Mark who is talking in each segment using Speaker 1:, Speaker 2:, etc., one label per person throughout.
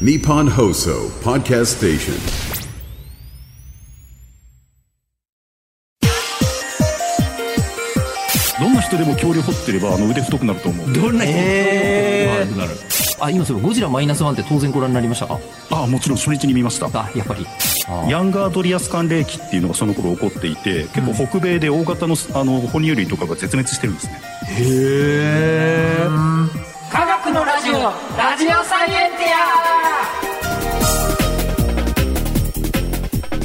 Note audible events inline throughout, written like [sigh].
Speaker 1: Nippon Hoso Podcast Station.
Speaker 2: どんな人でも恐竜掘ってればあの腕太くなると思う
Speaker 3: どんな人
Speaker 4: え
Speaker 2: なる
Speaker 4: あ、今そういえばゴジラマイナスワンって当然ご覧になりましたか
Speaker 2: ああもちろん初日に見ました
Speaker 4: あ、やっぱり。あ
Speaker 2: ヤンガードリアス寒冷期っていうのがその頃起こっていて結構北米で大型のあの哺乳類とかが絶滅してるんですね
Speaker 5: 科学のラジオラジオサイエンティ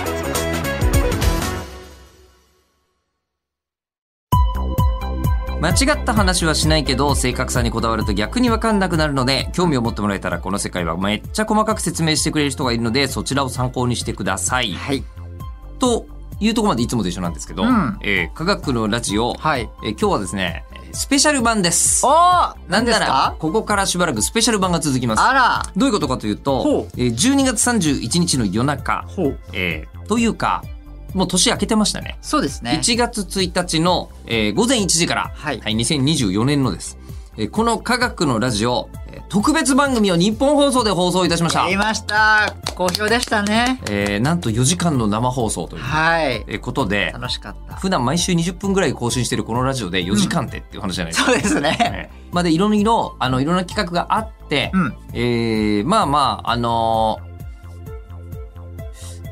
Speaker 4: 間違った話はしないけど正確さにこだわると逆に分かんなくなるので興味を持ってもらえたらこの世界はめっちゃ細かく説明してくれる人がいるのでそちらを参考にしてください。
Speaker 3: はい。
Speaker 4: というところまでいつもと一緒なんですけど、
Speaker 3: ん
Speaker 4: えー科学のラジオ、
Speaker 3: はい
Speaker 4: えー今日はですねスペシャル版です。
Speaker 3: あ
Speaker 4: な
Speaker 3: 何
Speaker 4: ん
Speaker 3: です
Speaker 4: な
Speaker 3: から
Speaker 4: ここからしばらくスペシャル版が続きます。
Speaker 3: あ
Speaker 4: どういうことかというと
Speaker 3: ほ
Speaker 4: えー12月31日の夜中
Speaker 3: ら、ほう。
Speaker 4: えーというかもう年明けてましたね。
Speaker 3: そうですね。
Speaker 4: 1月1日の、えー午前1時から、
Speaker 3: はい
Speaker 4: 2024年のです、えーこの科学のラジオ、えー特別番組を日本放送で放送いたしました
Speaker 3: やり。ました。好評でしたね。
Speaker 4: えーなんと4時間の生放送という、
Speaker 3: はい。
Speaker 4: えーことで、
Speaker 3: 楽しかった。
Speaker 4: 普段毎週20分ぐらい更新してるこのラジオで4時間ってっていう話じゃないですか。
Speaker 3: そうですね。
Speaker 4: [laughs] ねまあで、いろいろ、あの、いろんな企画があって、
Speaker 3: うん。
Speaker 4: えーまあまあ、あのー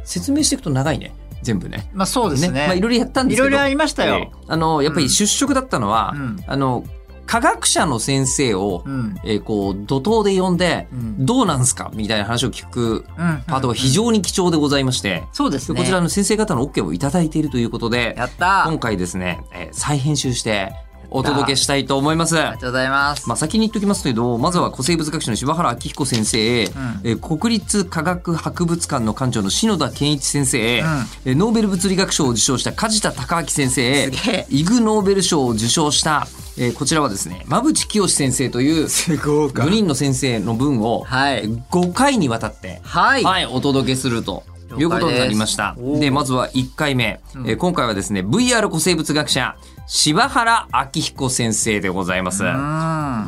Speaker 4: 説明していくと長いね。全部ね。
Speaker 3: まあそうですね。
Speaker 4: まあいろいろやったんですけど。
Speaker 3: いろいろありましたよ
Speaker 4: えーあの、やっぱ
Speaker 3: う
Speaker 4: り
Speaker 3: ん
Speaker 4: 出色だったのは、
Speaker 3: うん
Speaker 4: あの、科学者の先生を、
Speaker 3: うん。
Speaker 4: えーこう、怒涛で呼んで、
Speaker 3: うん
Speaker 4: どうなんすかみたいな話を聞く
Speaker 3: うん。
Speaker 4: パートが非常に貴重でございまして、
Speaker 3: そうです
Speaker 4: で
Speaker 3: ね。
Speaker 4: こちらの先生方の OK をいただいているということで、
Speaker 3: やった。あ
Speaker 4: 今
Speaker 3: り
Speaker 4: 回ですね、えー再編集してお届けしたいと思います。
Speaker 3: がとうございます。
Speaker 4: まあ、先に言っときますけど、まずは古生物学者の柴原明彦先生、えー国立科学博物館の館長の篠田健一先生、
Speaker 3: うん
Speaker 4: えーノーベル物理学賞を受賞した梶田隆明先生
Speaker 3: すげえ、
Speaker 4: イグノーベル賞を受賞した、えーこちらはですね、馬淵清先生という
Speaker 3: すご
Speaker 4: 4人の先生の分を、
Speaker 3: はい
Speaker 4: えー5回にわたって、
Speaker 3: はい。
Speaker 4: はい、お届けすると。いうことになりました。
Speaker 3: おー
Speaker 4: で、まずは1回目。えー今回はですね、VR 古生物学者、柴原明彦先生でございます。
Speaker 3: う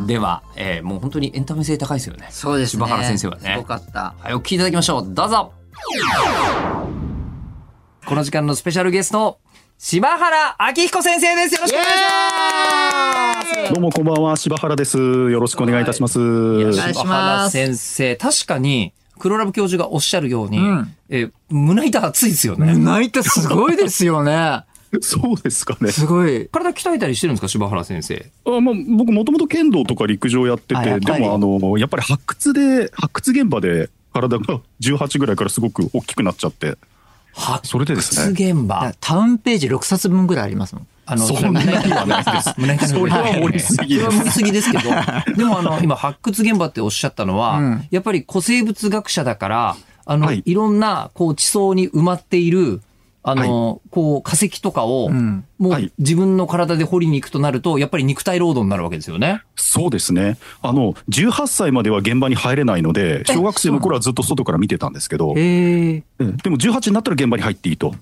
Speaker 3: ん。
Speaker 4: では、えーもう本当にエンタメ性高いですよね。
Speaker 3: そうですね。
Speaker 4: 柴原先生はね
Speaker 3: すごかった。
Speaker 4: はい、お聞きいただきましょう。どうぞこの時間のスペシャルゲスト、柴原明彦先生です。よろしくお願いします
Speaker 2: どうもこんばんは柴原ですよろしくお願いいたします
Speaker 3: いします
Speaker 4: 柴原先生、確かに、黒ラブ教授がおっしゃるように、
Speaker 3: うん
Speaker 4: えー胸板熱いですよね。
Speaker 3: 泣いてすごいです
Speaker 4: [laughs]
Speaker 3: よね。
Speaker 2: そうですかね
Speaker 3: すごい。
Speaker 4: 体鍛えたりしてるんですか、柴原先生。
Speaker 2: あまあ、僕もともと剣道とか陸上やって
Speaker 3: あやってぱ
Speaker 2: で
Speaker 3: り
Speaker 2: もあのやっぱり発掘で発掘現場で体が18ぐらいからすごく大きくなっちゃって
Speaker 4: 発
Speaker 2: それでです
Speaker 4: 掘
Speaker 2: ね
Speaker 4: 現
Speaker 3: だか
Speaker 4: 場
Speaker 3: ら。タウンページ6冊分ぐらいありますもん。
Speaker 4: あの、
Speaker 2: そんなにはない [laughs] です
Speaker 4: 胸板
Speaker 2: それは盛りすぎです
Speaker 4: それは盛りすぎですけど。
Speaker 2: [laughs]
Speaker 4: でもあの、今発掘現場っておっしゃったのは、
Speaker 3: うん
Speaker 4: やっぱり古生物学者だから、あの、
Speaker 2: はいい、
Speaker 4: ろんな、こう、地層に埋まっている、あの、こう、化石とかを、
Speaker 3: ん
Speaker 4: も
Speaker 2: は
Speaker 4: う
Speaker 2: い
Speaker 4: 自分の体で掘りに行くとなると、やっぱり肉体労働になるわけですよね。
Speaker 2: そうですねあの18歳までは現場に入れないので小学生の頃はずっと外から見てたんですけど
Speaker 4: へえ。
Speaker 2: うんでも18になったら現場に入っていいと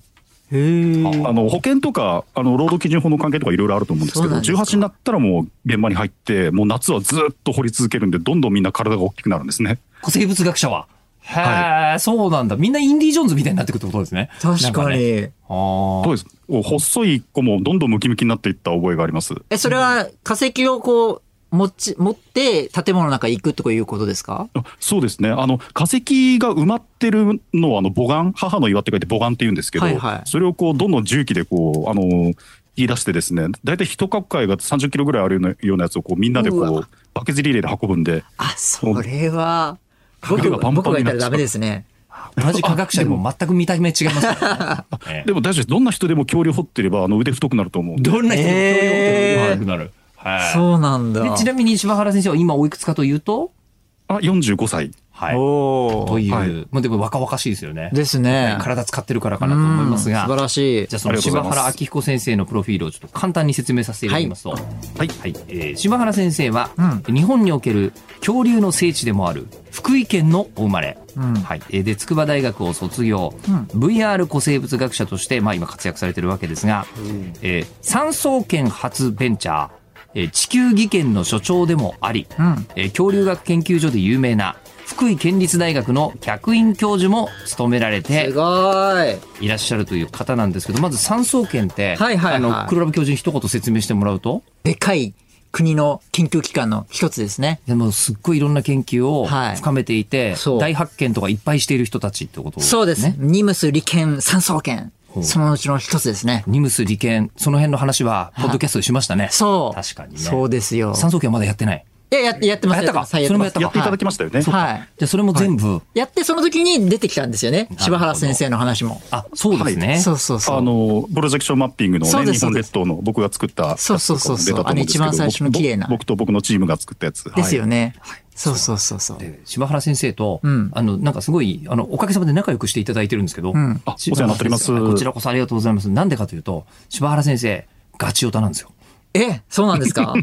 Speaker 4: へえ。
Speaker 2: あの保険とかあの労働基準法の関係とかいろいろあると思うんですけ
Speaker 3: そう
Speaker 2: ど
Speaker 3: なんですか
Speaker 2: 18になったらもう現場に入ってもう夏はずっと掘り続けるんでどんどんみんな体が大きくなるんですね。
Speaker 4: 古生物学者は。へえ、そうなんだ。みんなインディ・ジョーンズみたいになってくるってことですね。
Speaker 3: 確
Speaker 4: なん
Speaker 3: か
Speaker 4: ね。
Speaker 3: に。
Speaker 4: あ
Speaker 2: そう
Speaker 4: あ。
Speaker 2: です。細い子もどんどんムキムキになっていった覚えがあります。
Speaker 3: え、それは化石をこう、持ち、持って建物の中行くとかいうことですか
Speaker 2: あそうですね。あの、化石が埋まってるのを、あの、母岩、母の岩って書いて母岩って言うんですけど、
Speaker 3: はいはい
Speaker 2: それをこう、どんどん重機でこう、あの、引き出してですね、大体一角界が30キロぐらいあるようなようなやつをこう、みんなでこ
Speaker 3: う
Speaker 2: う、バケツリレーで運ぶんで、
Speaker 3: あ、それは、
Speaker 2: 腕
Speaker 3: 僕
Speaker 2: がパンパ
Speaker 3: 僕
Speaker 2: ン
Speaker 3: が
Speaker 2: に
Speaker 3: い
Speaker 2: なっ
Speaker 3: たら
Speaker 2: ちゃう
Speaker 3: ダメですね。
Speaker 4: 同じ科学者でも全く見た目違い
Speaker 2: [laughs]
Speaker 4: ますからね。ええ
Speaker 2: でも大丈夫です。どんな人でも恐竜掘ってれば、あの、腕太くなると思うんで。
Speaker 4: どんな人でも恐竜を
Speaker 3: えー
Speaker 4: 持ってるのが悪くなる。はい
Speaker 3: そうなんだ
Speaker 4: で。ちなみに柴原先生は今おいくつかというと
Speaker 2: あ、45歳。はい。
Speaker 3: お
Speaker 4: と
Speaker 3: ー
Speaker 4: いう、
Speaker 2: はい
Speaker 4: まあでも若々しいですよね。
Speaker 3: ですね。
Speaker 4: 体使ってるからかなと思いますが。
Speaker 3: うん素晴らしい。
Speaker 4: じゃあそ
Speaker 2: あ
Speaker 4: の
Speaker 2: りがとうござ
Speaker 4: 柴
Speaker 2: います
Speaker 4: 原明彦先生のプロフィールをちょっと簡単に説明させていただきますと、はい
Speaker 2: はい
Speaker 4: えー柴原先生は、日本における恐竜の聖地でもある福井県のお生まれ、
Speaker 3: うん
Speaker 4: はい、えーで筑波大学を卒業、VR 古生物学者として、まあ、今活躍されてるわけですが、えー産総研初ベンチャー、えー地球技研の所長でもあり、
Speaker 3: うん
Speaker 4: えー恐竜学研究所で有名な福井県立大学の客員教授も務められて
Speaker 3: すごい。
Speaker 4: いらっしゃるという方なんですけど、まず三総研って、
Speaker 3: はいはいはい
Speaker 4: あの、黒ラ教授に一言説明してもらうと、
Speaker 3: でかい国の研究機関の一つですね。
Speaker 4: でもすっごいいろんな研究を
Speaker 3: はい
Speaker 4: 深めていて、
Speaker 3: そう
Speaker 4: 大発見とかいっぱいしている人たちってこと
Speaker 3: そうですね。。ニムス利権三層圏
Speaker 4: ほう
Speaker 3: そのうちの一つですね。
Speaker 4: ニムス利権、その辺の話は、ポッドキャストでしましたね。
Speaker 3: そう。
Speaker 4: 確かにね。
Speaker 3: そうですよ。
Speaker 4: 三総研はまだやってない。
Speaker 3: いや、やって、やってます。
Speaker 4: あやったか
Speaker 3: てますはいや
Speaker 4: そ
Speaker 3: ってます
Speaker 4: れも
Speaker 2: やっていただきましたよね。
Speaker 3: はいはい。
Speaker 4: じゃあそれも全部、
Speaker 3: やって、その時に出てきたんですよね。柴原先生の話も。
Speaker 4: あ、そうですね。
Speaker 3: そうそうそう。
Speaker 2: あのプロジェクションマッピングの、
Speaker 3: そう
Speaker 2: ね、
Speaker 3: です
Speaker 2: 日本列島の僕が作ったやつとか
Speaker 3: そうそうそうそう
Speaker 2: も出たと思んですけど
Speaker 3: あの一番最初の綺麗な
Speaker 2: 僕僕と僕のチームが作ったやつ。はい
Speaker 3: ですよね。そうそうそうそう。
Speaker 4: で柴原先生と、
Speaker 3: ん
Speaker 4: あの、なんかすごい、あの、おかげさまで仲良くしていただいてるんですけど、
Speaker 3: ん
Speaker 2: あお世話になっております
Speaker 4: こちらこそありがとうございます。なんでかというと、柴原先生、ガチオタなんですよ。
Speaker 3: え、そうなんですか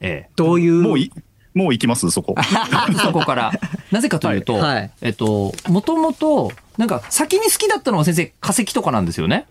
Speaker 4: え
Speaker 3: [laughs] どういう。
Speaker 2: もうい、もう行きます、そ
Speaker 3: [laughs]
Speaker 2: こ。
Speaker 4: え。そこから。なぜかというと、
Speaker 3: はいはい
Speaker 4: えっと、もともと、なんか先に好きだったのは先生、化石とかなんですよね。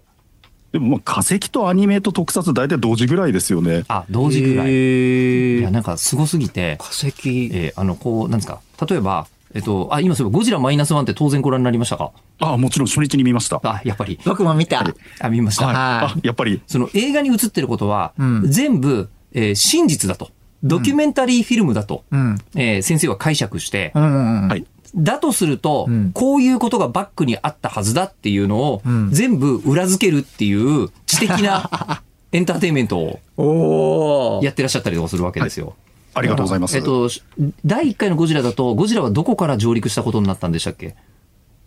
Speaker 2: でも、まあ、化石とアニメと特撮、大体同時ぐらいですよね。
Speaker 4: あ、同時ぐらい。いや、なんかすごすぎて、
Speaker 3: 化石。
Speaker 4: ええあの、こう、なんですか、例えば、えっと、あ、今そういえばゴジラマイナスワンって当然ご覧になりましたか
Speaker 2: あもちろん初日に見ました。
Speaker 4: あ、やっぱり。
Speaker 3: 僕も見た。
Speaker 4: あ、見ました。
Speaker 2: はい、あやっぱり、
Speaker 4: その映画に映ってることは、
Speaker 3: うん
Speaker 4: 全部、えー真実だと。ドキュメンタリーフィルムだと、
Speaker 3: うん。
Speaker 4: えー先生は解釈して
Speaker 3: う、んうんうん。
Speaker 2: はい、
Speaker 4: だとすると、
Speaker 3: うん
Speaker 4: こういうことがバックにあったはずだっていうのを、
Speaker 3: ん
Speaker 4: 全部裏付けるっていう知的
Speaker 2: [laughs]
Speaker 4: なエンターテインメントを
Speaker 3: おー。
Speaker 4: やってらっしゃったりとかするわけですよ。
Speaker 2: ありがとうございます。
Speaker 4: えっと、し第1回のゴジラだと、ゴジラはどこから上陸したことになったんでしたっけ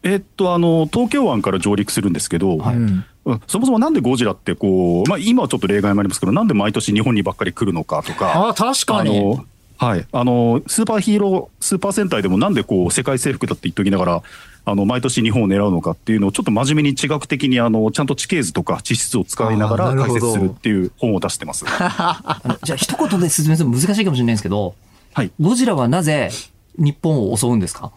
Speaker 2: えっと、あの、東京湾から上陸するんですけど、
Speaker 4: はい
Speaker 2: うんそもそもなんでゴジラってこう、まあ、今はちょっと例外もありますけど、なんで毎年日本にばっかり来るのかとか、
Speaker 3: あ、確かに。
Speaker 2: の、はい、あの、スーパーヒーロー、スーパー戦隊でもなんでこう、世界征服だって言っときながら、あの、毎年日本を狙うのかっていうのを、ちょっと真面目に地学的に、あの、ちゃんと地形図とか地質を使いなが
Speaker 3: あー
Speaker 2: ら
Speaker 3: なる
Speaker 2: 解
Speaker 3: ほど
Speaker 2: 説するっていう本を出して
Speaker 3: [laughs]
Speaker 2: ます。は
Speaker 4: あのじゃあ一言で説明するの難しいかもしれないんですけど、
Speaker 2: い。
Speaker 4: ゴジラはなぜ日本を襲うんですか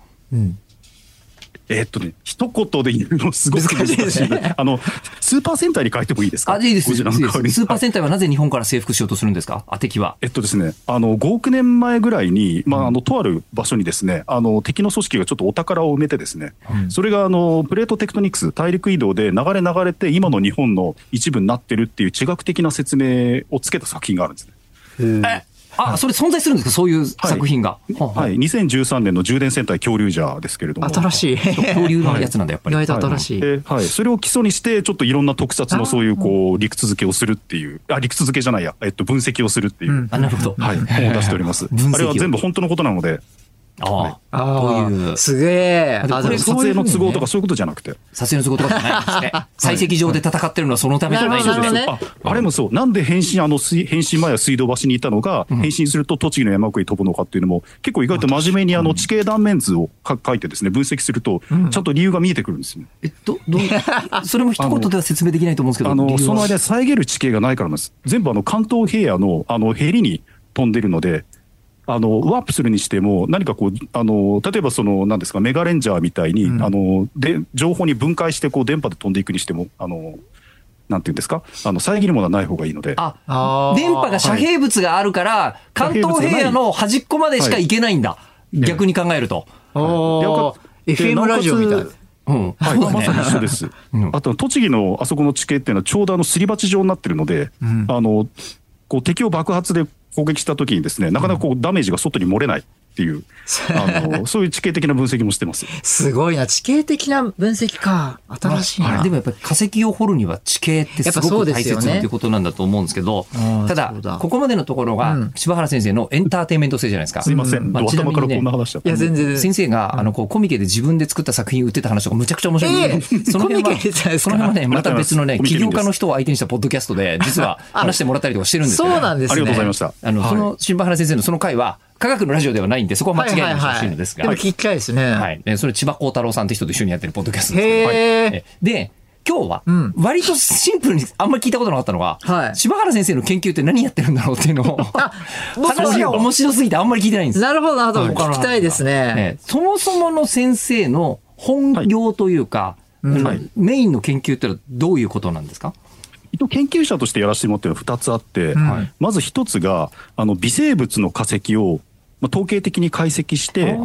Speaker 2: えっとね、一言で言うのすごく難しい。
Speaker 3: 難しいですね
Speaker 2: あの、スーパー戦隊に書いてもいいですか
Speaker 4: あ、いいです
Speaker 2: ゴジラ
Speaker 4: よ。
Speaker 2: の
Speaker 4: いい
Speaker 2: 代
Speaker 4: で
Speaker 2: わり
Speaker 4: す
Speaker 2: に
Speaker 4: スーパー戦隊はなぜ日本から征服しようとするんですかあ、敵は。
Speaker 2: えっとですね、あの5億年前ぐらいに、まあ、あのとある場所にですねあの敵の組織がちょっとお宝を埋めてですね、それがあのプレートテクトニクス大陸移動で流れ流れて今の日本の一部になってるっていう地学的な説明をつけた作品があるんですね。
Speaker 4: えあ、それ存在するんですかそういう作品が。
Speaker 2: はい、2013年の充電戦隊恐竜ジャーですけれども。
Speaker 3: 新しい。
Speaker 4: 恐竜のやつなんだ、やっぱ
Speaker 3: [laughs] 意
Speaker 4: り。
Speaker 3: 外と新しい。
Speaker 2: ではい、それを基礎にして、ちょっといろんな特撮のそういうこう陸続けをするっていう、あ陸続けじゃないや、えっと、分析をするっていう、
Speaker 4: あ、なるほど。
Speaker 2: はい、本を出しております。
Speaker 4: 分析を
Speaker 2: あれは全部本当のことなので、
Speaker 4: ああ、
Speaker 3: あ
Speaker 4: こうい
Speaker 3: あ、
Speaker 4: う
Speaker 3: すげえ。
Speaker 4: でも
Speaker 3: あ
Speaker 4: こ
Speaker 3: で
Speaker 4: れ
Speaker 3: も
Speaker 2: 撮影の都合とかそういうことじゃなくて。
Speaker 4: 撮影の仕事とかじゃないんですね。
Speaker 2: [laughs]
Speaker 4: 採石場で戦ってるのはそのためじゃないんで
Speaker 3: な
Speaker 4: す
Speaker 3: るほどなる
Speaker 4: ね。
Speaker 3: ほどね
Speaker 2: ああれもそう、なんで変身あの水変身前は水道橋にいたのが、変身すると栃木の山奥に飛ぶのかっていうのも、結構意外と真面目にあの地形断面図をか書いてですね、分析すると、ちゃんと理由が見えてくるんですよ。
Speaker 4: えっと、どう、それも一言では説明できないと思うんですけど、
Speaker 2: あ
Speaker 4: 理
Speaker 2: の
Speaker 4: 由は
Speaker 2: その間、遮る地形がないからなんです、全部あの関東平野のあのへりに飛んでるので、あのワープするにしても、何かこう、あの例えばその、なんですか、メガレンジャーみたいに、あので情報に分解してこう、電波で飛んでいくにしても、あのなんていうんですか、あの遮るものはない方がいいので。
Speaker 4: あ
Speaker 3: あ、ー
Speaker 4: 電波が遮蔽物があるから、関東平野の端っこまでしか行けないんだ。逆に考えると。
Speaker 3: おー
Speaker 2: で
Speaker 3: FM ラジオみたい。
Speaker 4: うん。
Speaker 2: はい、
Speaker 4: そうだね
Speaker 2: まさに一緒です。
Speaker 4: うん
Speaker 2: あと、栃木のあそこの地形っていうのは、ちょうどあのすり鉢状になってるので、あのこう敵を爆発で攻撃したときにです、ね、なかなかこうダメージが外に漏れないっていう、あのそういう地形的な分析もしてます。
Speaker 3: すごいな。地形的な分析か。新しい
Speaker 4: はい
Speaker 3: な。
Speaker 4: でもやっぱり化石を掘るには地形ってす
Speaker 3: やっぱそ
Speaker 4: ごく
Speaker 3: うで
Speaker 4: 大
Speaker 3: す
Speaker 4: 切
Speaker 3: よ
Speaker 4: っ
Speaker 3: ね
Speaker 4: ていうことなんだと思うんですけど、
Speaker 3: あー
Speaker 4: ただ
Speaker 3: そうだ
Speaker 4: ここまでのところ
Speaker 3: う
Speaker 4: が
Speaker 3: ん
Speaker 4: 柴原先生のエンターテインメント性じゃないですか。
Speaker 2: すいません、
Speaker 4: まあちなみ
Speaker 2: 頭
Speaker 4: に
Speaker 2: から
Speaker 4: ね
Speaker 2: こんな話だっ
Speaker 3: い
Speaker 2: た
Speaker 3: や、。全然。
Speaker 4: 先生が、あの、こう、コミケで自分で作った作品売ってた話とかむちゃくちゃ面白いんで、
Speaker 3: ええ
Speaker 4: その辺は
Speaker 3: コミケじゃないです
Speaker 4: そ
Speaker 3: か
Speaker 4: の
Speaker 3: [laughs]
Speaker 4: 辺はね、また別のね、
Speaker 2: コミケ
Speaker 4: 起
Speaker 2: でいい
Speaker 4: 業
Speaker 2: です
Speaker 4: 家の人を相手にしたポッドキャストで、実は話してもらったりとかしてるんです
Speaker 3: そうなん
Speaker 4: で
Speaker 3: ですね。
Speaker 2: ありがとうございました。
Speaker 4: あの、その、柴原先生のその回は、科学のラジオではないんで、そこは間違いないでほしいのですが。
Speaker 3: でも聞きたいですね。
Speaker 4: はい。えーそれ千葉幸太郎さんって人と一緒にやってるポッドキャストですけどはい
Speaker 3: へ
Speaker 4: え
Speaker 3: え。
Speaker 4: ーで、今日は
Speaker 3: ん、
Speaker 4: 割とシンプルにあんまり聞いたことなかったのが、
Speaker 3: はい
Speaker 4: 柴原先生の研究って何やってるんだろうっていうのを、
Speaker 3: 僕も
Speaker 4: 話が面白すぎてあんまり聞いてないんです。
Speaker 3: なるほど、なるほど。
Speaker 4: 他の
Speaker 3: 聞きたいですね。
Speaker 4: えーそもそもの先生の本業というか、うん
Speaker 2: はい
Speaker 4: メインの研究ってのはどういうことなんですか
Speaker 2: 一応研究者としてやらせてもらってるのは2つあって、
Speaker 3: ん
Speaker 2: まず1つがあの微生物の化石を、まあ、統計的に解析して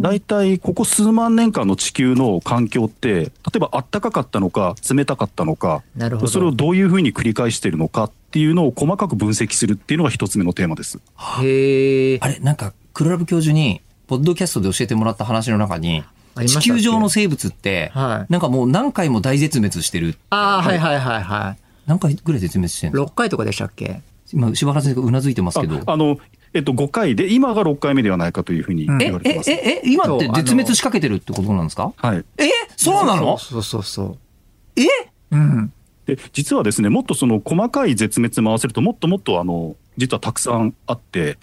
Speaker 2: 大体ここ数万年間の地球の環境って例えばあったかかったのか冷たかったのか
Speaker 3: なるほど
Speaker 2: それをどういうふうに繰り返してるのかっていうのを細かく分析するっていうのが1つ目のテーマです。
Speaker 3: へえ。
Speaker 4: あれ、なんか、黒ラブ教授に、ポッドキャストで教えてもらった話の中に
Speaker 3: あり、ました
Speaker 4: 地
Speaker 3: っけ
Speaker 4: 球上の生物って、
Speaker 3: はい
Speaker 4: なんかもう何回も大絶滅してる。
Speaker 3: ああ、はいはいはいはい。
Speaker 4: 何回ぐらい絶滅してるの
Speaker 3: 6回とかでしたっけ
Speaker 4: 今、柴原先生がうなずいてますけど。
Speaker 2: ああのえっと、5回で、今が6回目ではないかというふうに
Speaker 4: え、
Speaker 2: 言われて
Speaker 4: え
Speaker 2: ま、す。
Speaker 4: え、え、今って
Speaker 3: そうあの
Speaker 4: 絶滅しかけてるってことなんですか
Speaker 2: はい、
Speaker 4: えそうなの
Speaker 3: そうそうそう
Speaker 4: え
Speaker 3: そう。うん。
Speaker 2: で実はですねもっとその細かい絶滅も合わせるともっともっとあの実はたくさんあって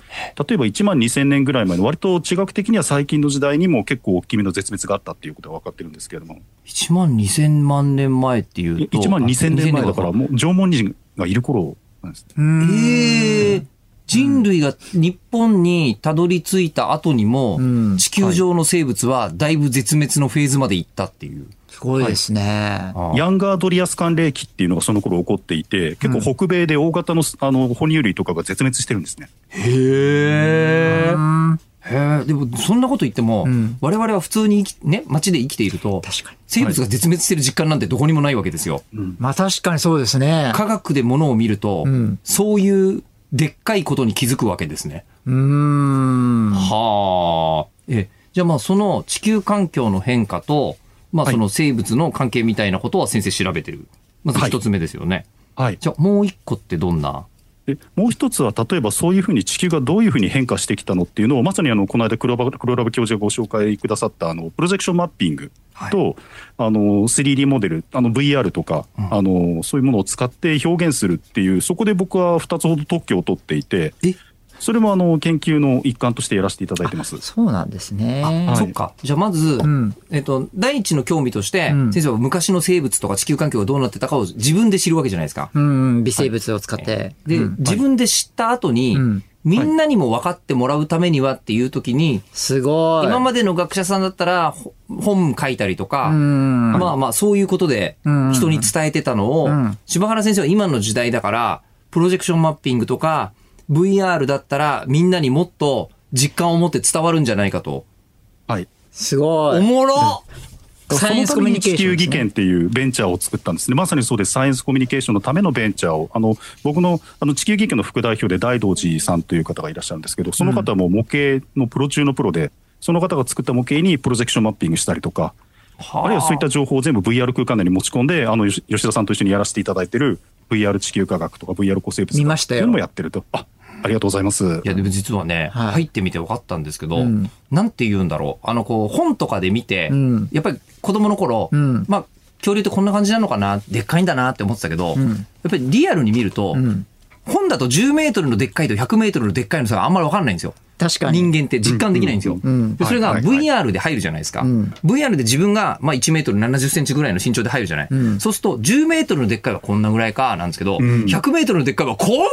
Speaker 2: 例えば1万2000年ぐらい前の割と地学的には最近の時代にも結構大きめの絶滅があったっていうことが分かってるんですけれども
Speaker 4: ?1 万2000万年前っていうと。
Speaker 2: 1万2000年前だから
Speaker 4: 2000
Speaker 2: もう縄文人がいる頃なんですね。
Speaker 3: うん
Speaker 4: えー人類が日本にたどり着いた後にも、
Speaker 3: うん
Speaker 4: 地球上の生物はだいぶ絶滅のフェーズまで行ったっていう。
Speaker 3: すごいですね。
Speaker 2: ヤンガードリアス寒冷期っていうのがその頃起こっていて結構北米で大型のあの哺乳類とかが絶滅してるんですね。
Speaker 4: へーへえ。でも、そんなこと言っても、
Speaker 3: うん
Speaker 4: 我々は普通に生き、ね、街で生きていると、
Speaker 3: 確かに。
Speaker 4: 生物が絶滅してる実感なんてどこにもないわけですよ。
Speaker 3: まあ確かにそうですね。
Speaker 4: 科学でものを見ると、
Speaker 3: うん
Speaker 4: そういうでっかいことに気づくわけですね。
Speaker 3: うーん。
Speaker 4: はあ。え、じゃあまあその地球環境の変化と、まあその生物の関係みたいなことは先生調べてる。まず一つ目ですよね。
Speaker 2: はい、
Speaker 4: じゃあもう一個ってどんな
Speaker 2: でもう一つは例えばそういうふうに地球がどういうふうに変化してきたのっていうのをまさにあのこの間黒ラブ黒ラブ教授がご紹介くださったあのプロジェクションマッピングと、あの 3D モデルあの VR とか、あのそういうものを使って表現するっていうそこで僕は2つほど特許を取っていて
Speaker 4: え
Speaker 2: それもあの研究の一環としてやらせていただいてます。
Speaker 3: そうなんですね。
Speaker 2: はい
Speaker 4: そっか。じゃあまず、
Speaker 3: ん
Speaker 4: えっと、第一の興味として、
Speaker 3: うん
Speaker 4: 先生は昔の生物とか地球環境がどうなってたかを自分で知るわけじゃないですか。
Speaker 3: うん、微生物を使って。
Speaker 4: で、
Speaker 3: うん
Speaker 4: 自分で知った後に、
Speaker 3: うん
Speaker 4: みんなにも分かってもらうためにはっていう時に、
Speaker 3: すごい。
Speaker 4: 今までの学者さんだったら、ほ本書いたりとか、
Speaker 3: うん。
Speaker 4: まあまあそういうことで
Speaker 3: うん
Speaker 4: 人に伝えてたのを
Speaker 3: ん、
Speaker 4: 柴原先生は今の時代だから、プロジェクションマッピングとか、VR だったらみんなにもっと実感を持って伝わるんじゃないかと。
Speaker 2: はい
Speaker 3: すご
Speaker 4: お
Speaker 3: い。
Speaker 4: もろ
Speaker 3: サイエンスコミュニケーショ
Speaker 2: その
Speaker 3: ン
Speaker 2: ために地球
Speaker 3: です
Speaker 2: 技
Speaker 3: ね
Speaker 2: 研っていうベンチャーを作ったんですね。まさにそうです。サイエンスコミュニケーションのためのベンチャーを、あの、僕の、あの、地球技研の副代表で大道寺さんという方がいらっしゃるんですけど、その方はもう模型のプロ中のプロで、その方が作った模型にプロジェクションマッピングしたりとか、あるいはそういった情報を全部 VR 空間内に持ち込んで、あの、吉吉田さんと一緒にやらせていただいてる VR 地球科学とか VR 古生物とか
Speaker 3: 見ましたよ
Speaker 2: そういうのもやってると。あ、ありがとうございます
Speaker 4: い。や、でも実はね、
Speaker 3: はい
Speaker 4: 入ってみて分かったんですけど、
Speaker 3: うん
Speaker 4: なんて言うんだろう。あの、こう、本とかで見て、
Speaker 3: うん
Speaker 4: やっぱり子供の頃、
Speaker 3: うん
Speaker 4: まあ、恐竜ってこんな感じなのかな、でっかいんだなって思ってたけど、
Speaker 3: ん
Speaker 4: やっぱりリアルに見ると、
Speaker 3: うん
Speaker 4: 本だと10メートルのでっかいと100メートルのでっかいの差があんまり分かんないんですよ。
Speaker 3: 確かに。
Speaker 4: 人間って実感できないんですよ。
Speaker 3: うんうん
Speaker 4: でそれが
Speaker 2: はいはいはい
Speaker 4: VR で入るじゃないですか。
Speaker 3: ん
Speaker 4: VR で自分が、まあ、1メートル70センチぐらいの身長で入るじゃない。
Speaker 3: ん
Speaker 4: そうすると、10メートルのでっかいはこんなぐらいか、なんですけど、100メートルのでっかいはこんな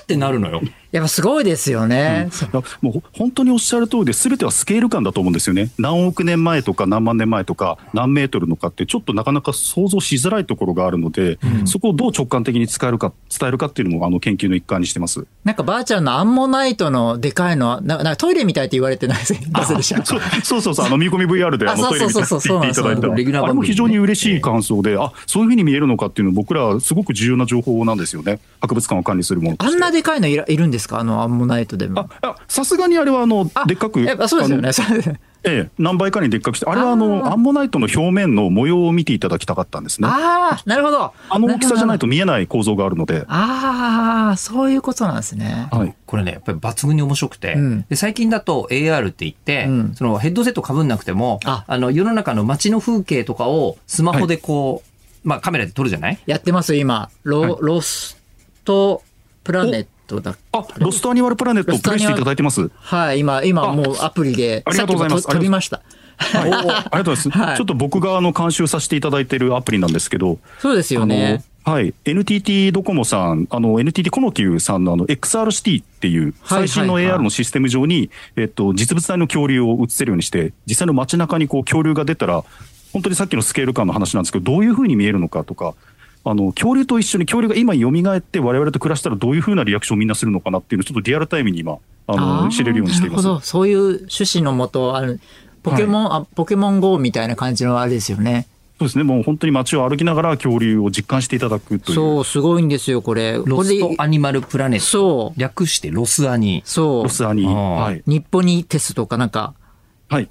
Speaker 4: ってなるのよ。
Speaker 3: やっぱすごいですよね。そ
Speaker 2: い
Speaker 3: う
Speaker 2: やもうほ本当におっしゃる通りで、すべてはスケール感だと思うんですよね、何億年前とか何万年前とか、何メートルのかって、ちょっとなかなか想像しづらいところがあるので、そこをどう直感的に使えるか伝えるかっていうのもあの研究の一環にして
Speaker 3: [laughs]
Speaker 2: ます。
Speaker 3: なんかばあちゃんのアンモナイトのでかいのは、ななんかトイレみたいって言われてないですか汗でした。
Speaker 2: そうそうそうそう、あの見込み VR であの
Speaker 3: あ
Speaker 2: トイレみたいに
Speaker 3: そうそうそうそ
Speaker 2: 言
Speaker 3: う
Speaker 2: っていただい
Speaker 4: そうなんですよレギュラ
Speaker 2: た、
Speaker 4: ー
Speaker 2: あれ
Speaker 4: 番組
Speaker 2: も
Speaker 4: ね
Speaker 2: 非常に嬉しい感想で、あそういうふうに見えるのかっていうの、僕ら、すごく重要な情報なんですよね、博物館を管理するものと
Speaker 3: あ
Speaker 2: して
Speaker 3: んなでかいのいらいるんですかあのアンモナイトでも
Speaker 2: あ。あさすがにあれはあの
Speaker 3: あ
Speaker 2: でっかく
Speaker 3: やっぱそうですよ
Speaker 2: あ
Speaker 3: ね
Speaker 2: の。
Speaker 3: そうですね
Speaker 2: ええ、何倍かにでっかくして、あれはあのアンモナイトの表面の模様を見ていただきたかったんですね。
Speaker 3: ああ、なるほど。
Speaker 2: あの大きさじゃない
Speaker 3: と。
Speaker 2: と見えない構造があるので。
Speaker 3: ああ、そういうことなんですね。
Speaker 2: はい。
Speaker 4: これね、やっぱり抜群に面白くて、
Speaker 3: うん
Speaker 4: で最近だと AR って言って、
Speaker 3: うん
Speaker 4: そのヘッドセット被んなくても、あ
Speaker 3: あ
Speaker 4: の世の中の街の風景とかをスマホでこう、まあカメラで撮るじゃない
Speaker 3: やってますよ今ロ、ロストプラネットだっけ
Speaker 2: あ、ロストアニマルプラネットをプレイしていただいてます。
Speaker 3: はい、今、今
Speaker 2: あ
Speaker 3: もうアプリで、
Speaker 2: ありがとうございます
Speaker 3: さっきもと飛びました。
Speaker 2: はい、ありがとうございます。
Speaker 3: はい
Speaker 2: ちょっと僕があの監修させていただいているアプリなんですけど、
Speaker 3: そうですよね。
Speaker 2: あのはい、NTT ドコモさん、あの NTT コモキュさんのあの XRCT っていう
Speaker 3: はいは
Speaker 2: 最
Speaker 3: い
Speaker 2: 新の AR のシステム上に、えっと、実物大の恐竜を映せるようにして、実際の街中にこう恐竜が出たら、本当にさっきのスケール感の話なんですけど、どういうふうに見えるのかとか、あの恐竜と一緒に恐竜が今蘇って我々と暮らしたらどういうふうなリアクションをみんなするのかなっていうのをちょっとリアルタイムに今あの
Speaker 3: ー
Speaker 2: 知れるようにしています
Speaker 3: なる。ほど。そういう趣旨のもと、ある、ポケモン、あ、ポケモン GO みたいな感じのあれですよね。
Speaker 2: そうですね。もう本当に街を歩きながら恐竜を実感していただくという。
Speaker 3: そう、すごいんですよ、これ。
Speaker 4: ロス
Speaker 3: こ
Speaker 4: ト
Speaker 3: れで
Speaker 4: アニマルプラネット。
Speaker 3: そ
Speaker 4: 略してロスアニ
Speaker 3: う、。そ
Speaker 2: ロ
Speaker 3: う、
Speaker 2: スアニー。
Speaker 4: あー
Speaker 2: はい。
Speaker 3: 日本にテストとかなんか、
Speaker 2: はい。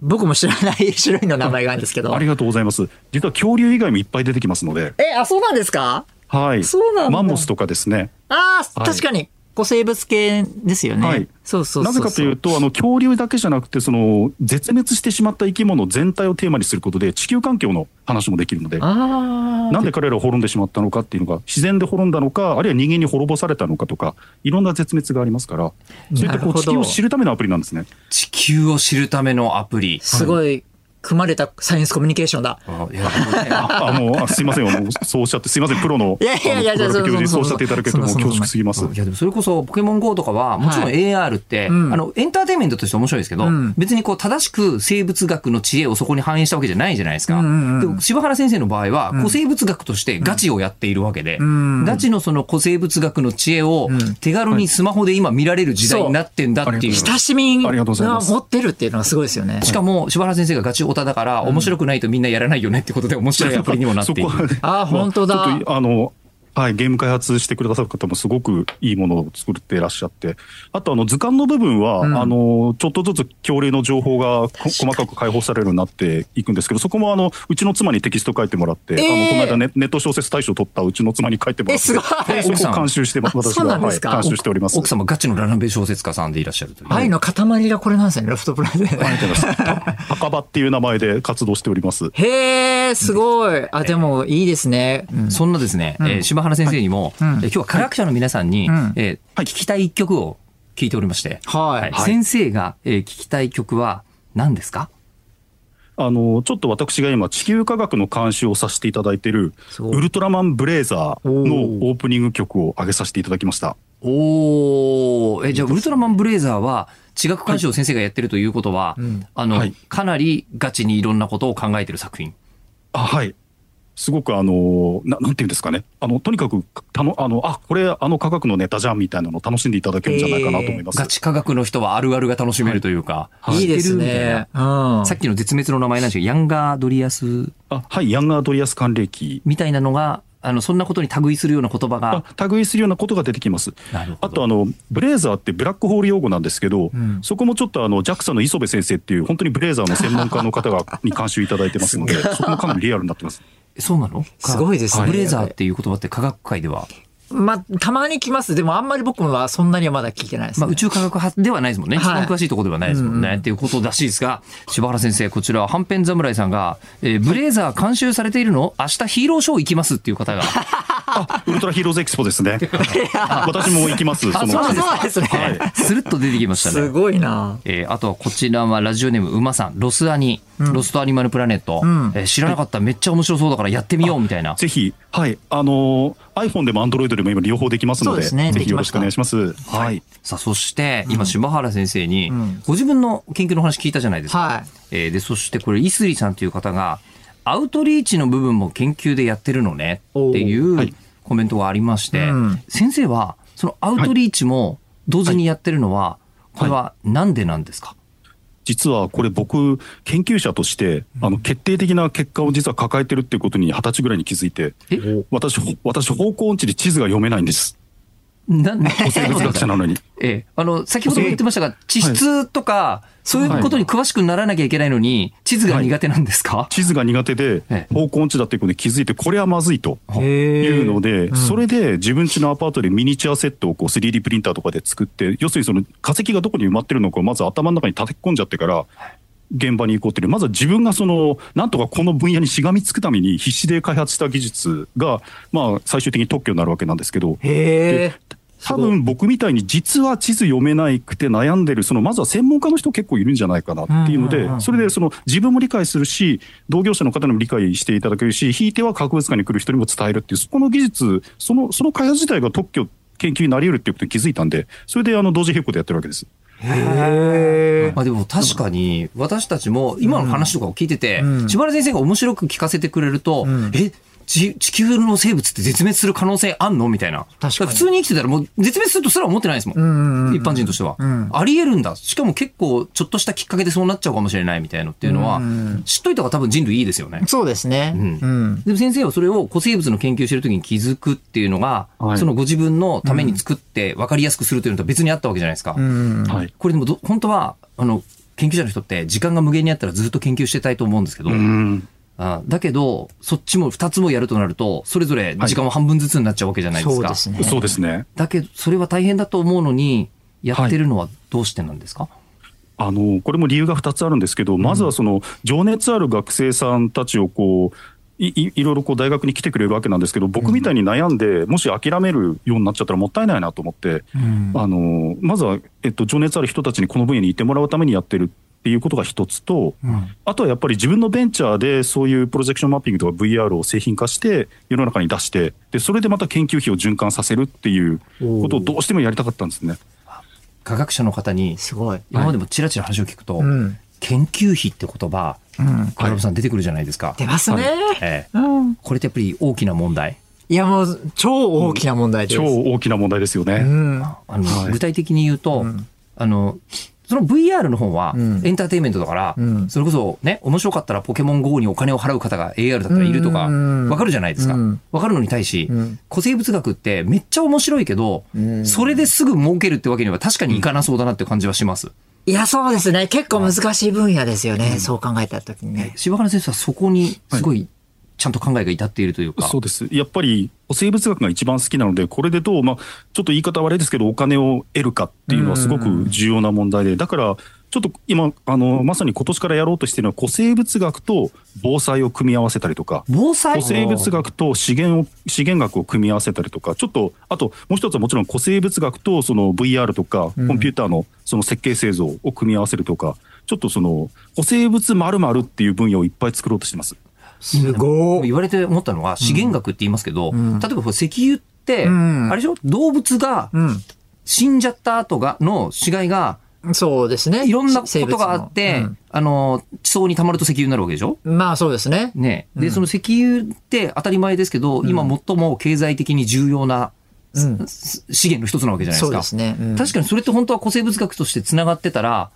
Speaker 3: 僕も知らない種類の名前があるんですけど
Speaker 2: あり。がとうございます。実は恐竜以外もいっぱい出てきますので。
Speaker 3: え、あ、そうなんですか
Speaker 2: はい。
Speaker 3: そうなんだ
Speaker 2: マンモスとかですね。
Speaker 3: ああ、
Speaker 2: はい
Speaker 3: 確かに、古生物系ですよね。
Speaker 2: はい
Speaker 3: そうそう
Speaker 2: な
Speaker 3: そう
Speaker 2: ぜ
Speaker 3: そう。
Speaker 2: かというと、あの恐竜だけじゃなくて、その絶滅してしまった生き物全体をテーマにすることで、地球環境の話もできるので、
Speaker 3: あ
Speaker 2: なんで彼らを滅んでしまったのかっていうのが、自然で滅んだのか、あるいは人間に滅ぼされたのかとか、いろんな絶滅がありますから、そういったこ
Speaker 3: なるほ
Speaker 2: う
Speaker 3: ど
Speaker 2: 地球を知るためのアプリなんですね。
Speaker 4: 地球を知るためのアプリ
Speaker 3: あ、。すごい、組まれたサイエンスコミュニケーションだ。
Speaker 4: あいやでもねあ
Speaker 2: ああのあすいませんあの、そうおっしゃって、すいません、プロの、
Speaker 3: いやいやいや
Speaker 2: あの
Speaker 3: いや
Speaker 2: 黒田教授に
Speaker 3: そ
Speaker 2: そう
Speaker 3: そうそう
Speaker 2: おっしゃっていただけると、もう
Speaker 3: そんな
Speaker 2: 恐縮すぎます。
Speaker 4: いやでもそれこそポケモン GO とかはもちろん
Speaker 3: はい
Speaker 4: AR って、
Speaker 3: うん
Speaker 4: あのエンターテインメントとして面白いですけど、
Speaker 3: うん
Speaker 4: 別にこう正しく生物学の知恵をそこに反映したわけじゃないじゃないですか。
Speaker 3: うんうんうん
Speaker 4: で柴原先生の場合は、古生物学としてガチをやっているわけで、
Speaker 3: ん
Speaker 4: ガチのその古生物学の知恵を
Speaker 3: ん
Speaker 4: 手軽にスマホで今見られる時代になってんだっていう。
Speaker 3: 親しみ
Speaker 2: ありがとうござい
Speaker 3: が
Speaker 2: ます
Speaker 3: 持ってるっていうのがすごいですよね。
Speaker 4: しかも柴原先生がガチオタだから面白くないとみんなやらないよねってことで面白いアプリにもなっている
Speaker 2: そこ。はね
Speaker 3: あー本当だ
Speaker 2: まあちょっとあのはい、ゲーム開発してくださる方もすごくいいものを作ってらっしゃって、あとあの図鑑の部分は、
Speaker 3: うん
Speaker 2: あのちょっとずつ恐竜の情報がこ細かく解放されるようになっていくんですけど、そこもあのうちの妻にテキスト書いてもらって、あ
Speaker 3: え
Speaker 2: の
Speaker 3: ー
Speaker 2: この間ネネット小説大賞取ったうちの妻に書いてもらって、
Speaker 3: えすごい
Speaker 2: そこを監修してます
Speaker 3: あ
Speaker 2: 私
Speaker 3: そう
Speaker 2: は、
Speaker 3: なんで
Speaker 2: は
Speaker 3: す
Speaker 2: い、
Speaker 3: か
Speaker 2: 監修しております。
Speaker 4: 奥様ガチのラナベ小説家さんでいらっしゃるという。
Speaker 3: 愛の塊がこれなんですよね、ロフトプラネ
Speaker 2: ありがとうございますた墓場っていう名前で活動しております。
Speaker 3: へえ、すごい。あ、でもいいですね。うん
Speaker 4: そんなですね、えー柴原先生にも、
Speaker 3: ん
Speaker 4: えー今日は科学者の皆さんに、
Speaker 3: ん
Speaker 4: えー聞きたい一曲を聞いておりまして、
Speaker 3: はい
Speaker 4: はい先生が、えー聞きたい曲は何ですか
Speaker 2: あの、ちょっと私が今、地球科学の監修をさせていただいている、
Speaker 3: そう
Speaker 2: ウルトラマンブレイザーの
Speaker 3: お
Speaker 2: オープニング曲を上げさせていただきました。
Speaker 4: おえじゃあ、ウルトラマンブレイザーは、地学監修を先生がやってるということは、あの、
Speaker 2: はい
Speaker 4: かなりガチにいろんなことを考えてる作品。
Speaker 2: あ、はい。すごくあの、ななんていうんですかね。あの、とにかく、たの、あの、あ、これ、あの科学のネタじゃんみたいなのを楽しんでいただけるんじゃないかなと思います。
Speaker 4: ガチ科学の人はあるあるが楽しめるというか、
Speaker 3: いいで
Speaker 4: 知
Speaker 3: す
Speaker 4: ってるみたいな
Speaker 3: ね。うん。
Speaker 4: さっきの絶滅の名前なんですけど、ヤンガードリアス
Speaker 2: あはい、ヤンガードリアス寒冷期。
Speaker 4: みたいなのが、あの、そんなことに類するような言葉が
Speaker 2: あ、類するようなことが出てきます。
Speaker 4: なるほど
Speaker 2: あとあのブレーザーってブラックホール用語なんですけど、
Speaker 3: ん
Speaker 2: そこもちょっとあの JAXA の磯部先生っていう本当にブレーザーの専門家の方がに監修いただいてますので、そこもかなりリアルになってます。
Speaker 4: そうなの
Speaker 3: すごいですね
Speaker 4: ブレザーっていう言葉って科学界では、
Speaker 3: ま、たまに来ます。でもあんまり僕はそんなにはまだ聞いてないですね。
Speaker 4: まあ宇宙科学派ではないですもんね。
Speaker 3: はい
Speaker 4: 一番詳しいところではないですもんね。っていうことらしいですが、柴原先生、こちら、はんぺん侍さんが、えーブレーザー監修されているの明日ヒーローショー行きますっていう方
Speaker 3: [laughs]
Speaker 4: が、
Speaker 2: ウルトラヒーローズエキスポです [laughs] ね。私も行きます。そのうち
Speaker 3: あそうですね。
Speaker 2: はい
Speaker 4: スルッと出てきました
Speaker 3: す
Speaker 4: ね。
Speaker 3: ごいな。
Speaker 4: えーあとはこちらはラジオネーム馬さん、ロスアニ、ロストアニマルプラネット、えー知らなかった、めっちゃ面白そうだからやってみようみたいな。
Speaker 2: ぜひ、はい、あのー iPhone でも Android でも今両方できますの
Speaker 3: そう
Speaker 2: で、
Speaker 3: ですね
Speaker 2: ぜひよろしくお願いします。はい。
Speaker 4: さあ、そして、今、柴原先生に
Speaker 3: ん、
Speaker 4: ご自分の研究の話聞いたじゃないですか。
Speaker 3: はい
Speaker 4: えーで、そしてこれ、イスリさんという方が、アウトリーチの部分も研究でやってるのねってい
Speaker 2: おーは
Speaker 4: う
Speaker 2: い
Speaker 4: コメントがありまして、
Speaker 3: うん
Speaker 4: 先生は、そのアウトリーチも同時にやってるのは、これはなんでなんですか、
Speaker 2: 実はこれ僕、研究者として、あの、決定的な結果を実は抱えてるっていうことに二十歳ぐらいに気づいて、
Speaker 4: え
Speaker 2: 私、ほ私、方向音痴で地図が読めないんです。
Speaker 4: な、な、
Speaker 2: 生物学者なのに。
Speaker 4: [laughs] ええ、あの、先ほども言ってましたが、地質とか、そういうことに詳しくならなきゃいけないのに、地図が苦手なんですか、
Speaker 2: 地図が苦手で
Speaker 4: ええ、
Speaker 2: 方向音痴だっていうことに気づいて、これはまずいと。い
Speaker 3: いう
Speaker 2: ので、それで自分家のアパートでミニチュアセットをこう 3D プリンターとかで作って、要するにその化石がどこに埋まってるのかをまず頭の中に立て込んじゃってから、現場に行こうっていう、まずは自分がその、なんとかこの分野にしがみつくために必死で開発した技術が、まあ最終的に特許になるわけなんですけど、
Speaker 3: へえ。
Speaker 2: 多分僕みたいに実は地図読めなくて悩んでる、そのまずは専門家の人結構いるんじゃないかなっていうの
Speaker 4: うんうんうんうん
Speaker 2: で、それでその自分も理解するし、同業者の方にも理解していただけるし、ひいては博物館に来る人にも伝えるっていう、そこの技術、そのその開発自体が特許研究になり得るっていうことに気づいたんで、それであの同時並行でやってるわけです。
Speaker 6: へ
Speaker 4: まあでも確かに私たちも今の話とかを聞いてて、千原先生が面白く聞かせてくれると、えち地球の生物って絶滅する可能性あんのみたいな。
Speaker 3: 確かに
Speaker 4: 普通に生きてたらもう絶滅するとすら思ってないですもん。一般人としては。あり得るんだ。しかも結構ちょっとしたきっかけでそうなっちゃうかもしれないみたいなのっていうのは、知っといた方が多分人類いいですよね。
Speaker 3: そうですね。
Speaker 4: ん
Speaker 3: うん。
Speaker 4: でも先生はそれを古生物の研究してる時に気づくっていうのが、
Speaker 2: はい
Speaker 4: そのご自分のために作って分かりやすくするというのとは別にあったわけじゃないですか。
Speaker 2: はい
Speaker 4: これでもど本当はあの研究者の人って時間が無限にあったらずっと研究してたいと思うんですけど、
Speaker 2: うん
Speaker 4: あだけどそっちも2つもやるとなるとそれぞれ時間は半分ずつになっちゃうわけじゃないです
Speaker 3: そう
Speaker 4: か、
Speaker 3: ですね。
Speaker 2: そうですね。
Speaker 4: だけどそれは大変だと思うのにやってるのはどうしてなんですか、
Speaker 2: あのこれも理由が2つあるんですけど、まずはその情熱ある学生さんたちをこう、いいいろいろこう大学に来てくれるわけなんですけど、僕みたいに悩んで、もし諦めるようになっちゃったらもったいないなと思って、あのまずは、えっと、情熱ある人たちにこの分野にいてもらうためにやってるっていうことが一つと、あとはやっぱり自分のベンチャーでそういうプロジェクションマッピングとか VR を製品化して、世の中に出してで、それでまた研究費を循環させるっていうことをどうしてもやりたかったんですね。
Speaker 4: 科学者の方に
Speaker 3: すごい。
Speaker 4: 今までもちらちら話を聞くと、
Speaker 3: ん
Speaker 4: 研究費って言葉
Speaker 3: うん。
Speaker 4: 小籔さん出てくるじゃないですか。
Speaker 3: 出ますね。
Speaker 4: ええ
Speaker 3: うん。
Speaker 4: これってやっぱり大きな問題
Speaker 3: いや、もう、超大きな問題です。
Speaker 2: 超大きな問題ですよね。
Speaker 3: うん。
Speaker 4: あの、
Speaker 2: はい
Speaker 4: 具体的に言うと、あの、その VR の方は
Speaker 3: ん
Speaker 4: エンターテインメントだから、
Speaker 3: ん
Speaker 4: それこそね、面白かったらポケモン GO にお金を払う方が AR だったらいるとか、
Speaker 3: うん
Speaker 4: わかるじゃないですか。
Speaker 3: うん
Speaker 4: わかるのに対し、
Speaker 3: ん
Speaker 4: 古生物学ってめっちゃ面白いけど、それですぐ儲けるってわけには確かにいかなそうだなって感じはします。
Speaker 3: いや、そうですね。結構難しい分野ですよね。そう考えたときにね。
Speaker 4: 柴原先生はそこにすごいちゃんと考えが至っているというか。
Speaker 2: そうですやっぱり古生物学が一番好きなので、これでどう、まあ、ちょっと言い方悪いですけど、お金を得るかっていうのはすごく重要な問題で、だから、ちょっと今あの、まさに今年からやろうとしているのは、古生物学と防災を組み合わせたりとか、
Speaker 4: 防災
Speaker 2: 古生物学と資源を資源学を組み合わせたりとか、ちょっと、あともう一つはもちろん古生物学とその VR とか、コンピューターのその設計製造を組み合わせるとか、ちょっとその古生物〇〇っていう分野をいっぱい作ろうとしてます。
Speaker 3: す
Speaker 4: も
Speaker 3: ご
Speaker 4: う言われて思ったのは資源学って言いますけど、例えばこれ石油って、
Speaker 3: ん
Speaker 4: あれでしょ動物が
Speaker 3: ん
Speaker 4: 死んじゃった後が、の死骸が、
Speaker 3: そうですね。
Speaker 4: いろんなことがあって、
Speaker 3: 生物の
Speaker 4: あの、地層に溜まると石油になるわけでしょ
Speaker 3: うんまあそうですね。
Speaker 4: ね。で、その石油って当たり前ですけど、今最も経済的に重要な
Speaker 3: うん。
Speaker 4: す資源の一つなわけじゃないです
Speaker 3: そう
Speaker 4: か。
Speaker 3: ですね。うん
Speaker 4: 確かにそれって本当は古生物学として繋がってたら、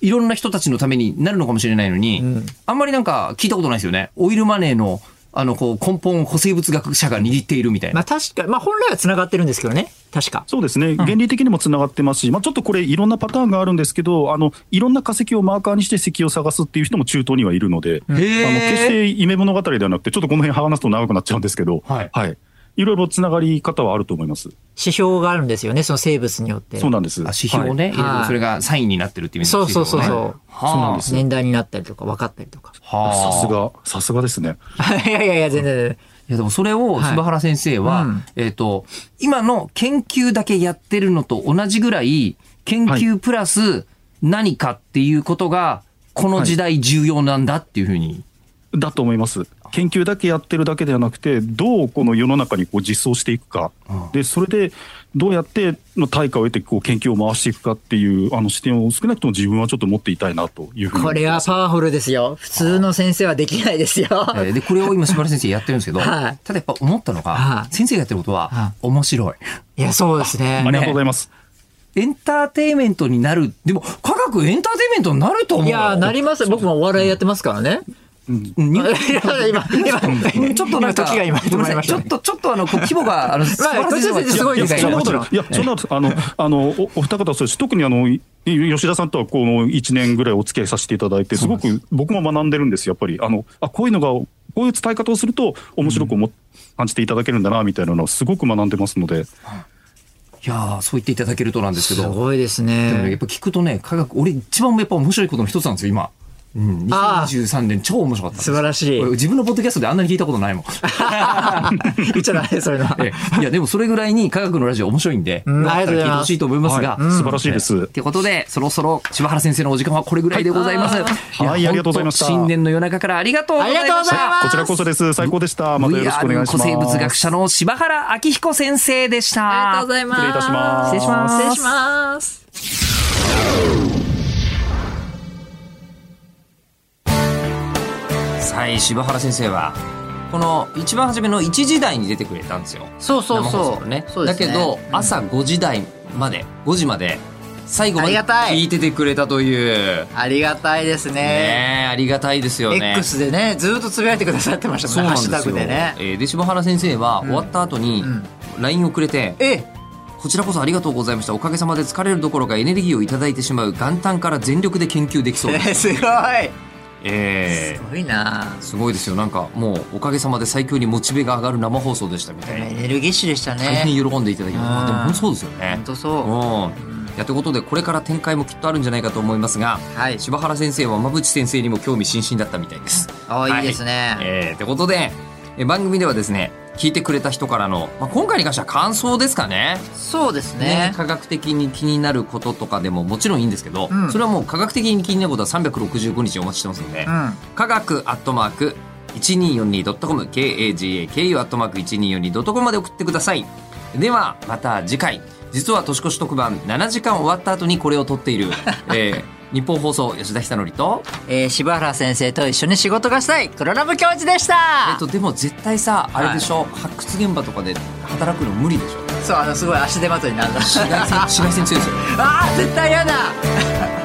Speaker 4: いろんな人たちのためになるのかもしれないのに、あんまりなんか聞いたことないですよね。オイルマネーの、あの、こう、根本を古生物学者が握っているみたいな。
Speaker 3: まあ確か、まあ本来は繋がってるんですけどね。確か。
Speaker 2: そうですね、原理的にもつながってますし、まあ、ちょっとこれ、いろんなパターンがあるんですけど、あのいろんな化石をマーカーにして石油を探すっていう人も中東にはいるので、あの決して夢物語ではなくて、ちょっとこの辺話すと長くなっちゃうんですけど、
Speaker 4: [laughs] はい
Speaker 2: いろいろつながり方はあると思います。
Speaker 3: 指標があるんですよね。その生物によって。
Speaker 2: そうなんです。
Speaker 4: あ指標をね、
Speaker 2: はい
Speaker 4: 入れる
Speaker 3: はい
Speaker 4: それがサインになってるっていう意味の
Speaker 3: そうそうそう
Speaker 4: 指標
Speaker 3: そ
Speaker 4: をね
Speaker 3: う。
Speaker 4: はあ
Speaker 2: そうなんです
Speaker 3: 年代になったりとか、分かったりとか。 [laughs]
Speaker 4: はあ
Speaker 2: さすが、さすがですね。
Speaker 3: いやいやいや、全然全然。
Speaker 4: いやでもそれを
Speaker 3: はい
Speaker 4: 柴原先生は、
Speaker 3: うん
Speaker 4: えっ、と、今の研究だけやってるのと同じぐらい、研究プラス何かっていうことが、この時代重要なんだっていうふうに。
Speaker 2: だと思います。研究だけやってるだけではなくて、どうこの世の中にこう実装していくか、でそれでどうやっての対価を得てこう研究を回していくかっていうあの視点を少なくとも自分はちょっと持っていたいなというふうに
Speaker 3: これはパワフルですよ。普通の先生はできないですよ。
Speaker 4: えーで、これを今柴原先生やってるんですけど、
Speaker 3: はい
Speaker 4: ただやっぱ思ったのが、
Speaker 3: はい
Speaker 4: 先生がやってることは、
Speaker 3: は
Speaker 4: 面白い。
Speaker 3: いや、そうですね
Speaker 2: あり。がとうございます。
Speaker 4: エンターテインメントになる。でも、科学エンターテインメントになると思う
Speaker 3: い
Speaker 4: よ。
Speaker 3: や、なります。僕もお笑いやってますからね。
Speaker 4: うん
Speaker 3: いや今、今、
Speaker 4: ちょっとなんか、
Speaker 3: 時が今止まりまし
Speaker 4: ち
Speaker 3: た
Speaker 4: ょっ
Speaker 3: ね。
Speaker 4: と、ちょっとあの、こう規模が、あ
Speaker 3: [laughs]
Speaker 4: の、素晴らしいのが
Speaker 3: 先生すごいです
Speaker 2: そ
Speaker 3: よ
Speaker 2: んな
Speaker 3: も
Speaker 2: こ
Speaker 3: ち
Speaker 2: と
Speaker 3: ろ
Speaker 2: ない。いや、そんなこと、あの、あの、おお二方はそうです。特にあの、い吉田さんとはこの1年ぐらいお付き合いさせていただいて、すごく僕も学んでるんですよ、やっぱり。あの、あ、こういうのが、こういう伝え方をすると面白く思っ感じていただけるんだな、みたいなのをすごく学んでますので。
Speaker 4: いやーそう言っていただけるとなんですけ
Speaker 3: す
Speaker 4: ど。
Speaker 3: ごいです
Speaker 4: でもねや
Speaker 3: ね
Speaker 4: っ。ぱ聞くとね、科学、俺一番やっぱ面白いことの一つなんですよ、今。うん、
Speaker 3: あー
Speaker 4: 2023年超面白かった
Speaker 3: 素晴らしい
Speaker 4: 俺自分のポッドキャストであんなに聞いたことないもん。
Speaker 3: 言っ [laughs] ちゃダメ、そういうのは。
Speaker 4: [laughs] ええいや、でもそれぐらいに科学のラジオ面白いんで、
Speaker 3: うん
Speaker 4: よかったら聞いてほしいと思いますが、
Speaker 2: はい素晴らしいです。
Speaker 4: ってことで、そろそろ柴原先生のお時間はこれぐらいでございます。いや
Speaker 2: はいありがとうございました
Speaker 4: 本当新年の夜中からありがとうございました。
Speaker 3: ありがとうございます
Speaker 2: こちらこそです。最高でした。またよろしくお願いします。
Speaker 4: VR 古生物学者の柴原明彦先生でした。
Speaker 5: ありがとうございます。
Speaker 2: 失礼いたします
Speaker 4: 失礼します
Speaker 5: 失礼します。
Speaker 4: はい、柴原先生は、この一番初めの1時台に出てくれたんですよ。
Speaker 3: そうそう
Speaker 4: 生放
Speaker 3: そ
Speaker 4: 送
Speaker 3: う。
Speaker 4: ね
Speaker 3: そうで
Speaker 4: だ
Speaker 3: すね
Speaker 4: けど、朝5時台まで5時まで最後ま
Speaker 3: あり
Speaker 4: で
Speaker 3: がたい
Speaker 4: 聞いててくれたという
Speaker 3: ありがたいですね。
Speaker 4: ねえありがたいですよね。
Speaker 3: X でね、ずっとつぶやいてくださってましたもんね、ハッシュタグでね。
Speaker 4: えーで柴原先生は終わった後に
Speaker 3: ん
Speaker 4: LINE をくれて、
Speaker 3: え、
Speaker 4: こちらこそありがとうございましたおかげさまで疲れるどころかエネルギーをいただいてしまう元旦から全力で研究できそう
Speaker 3: [laughs] え
Speaker 4: です、
Speaker 3: ーすごい。
Speaker 4: え
Speaker 3: すごいな
Speaker 4: ーすごいですよなんかもうおかげさまで最強にモチベが上がる生放送でしたみたいな
Speaker 3: エネルギッシュでした
Speaker 4: 大
Speaker 3: ね。
Speaker 4: 変喜んでいただきました、まあでも本当そうですよね
Speaker 3: 本当そ
Speaker 4: うんいやということでこれから展開もきっとあるんじゃないかと思いますが、
Speaker 3: はい
Speaker 4: 柴原先生は馬淵先生にも興味津々だったみたいです。
Speaker 3: う。ああ、いいです
Speaker 4: はい
Speaker 3: ね。
Speaker 4: えー、ってことでえ番組ではですね聞いてくれた人からの、まあ、今回に関しては感想ですかね
Speaker 3: そうです
Speaker 4: ね
Speaker 3: ね。
Speaker 4: 科学的に気になることとかでももちろんいいんですけど、
Speaker 3: ん
Speaker 4: それはもう科学的に気になることは365日お待ちしてますので、
Speaker 3: うん。
Speaker 4: 科学アットマーク 1242.com kagaku アットマーク 1242.com まで送ってくださいではまた次回実は年越し特番7時間終わった後にこれを撮っている、
Speaker 3: [laughs]
Speaker 4: えー、日本放送吉田久典と、
Speaker 3: えー、柴原先生と一緒に仕事がしたい、黒ラブ教授でした。
Speaker 4: えっと、でも絶対さあれでしょ、発掘現場とかで働くの無理でしょ
Speaker 3: [laughs] そう、あの、すごい足手まといになるんだ。
Speaker 4: 紫外線紫外線強いですよね
Speaker 3: ああ、絶対嫌だ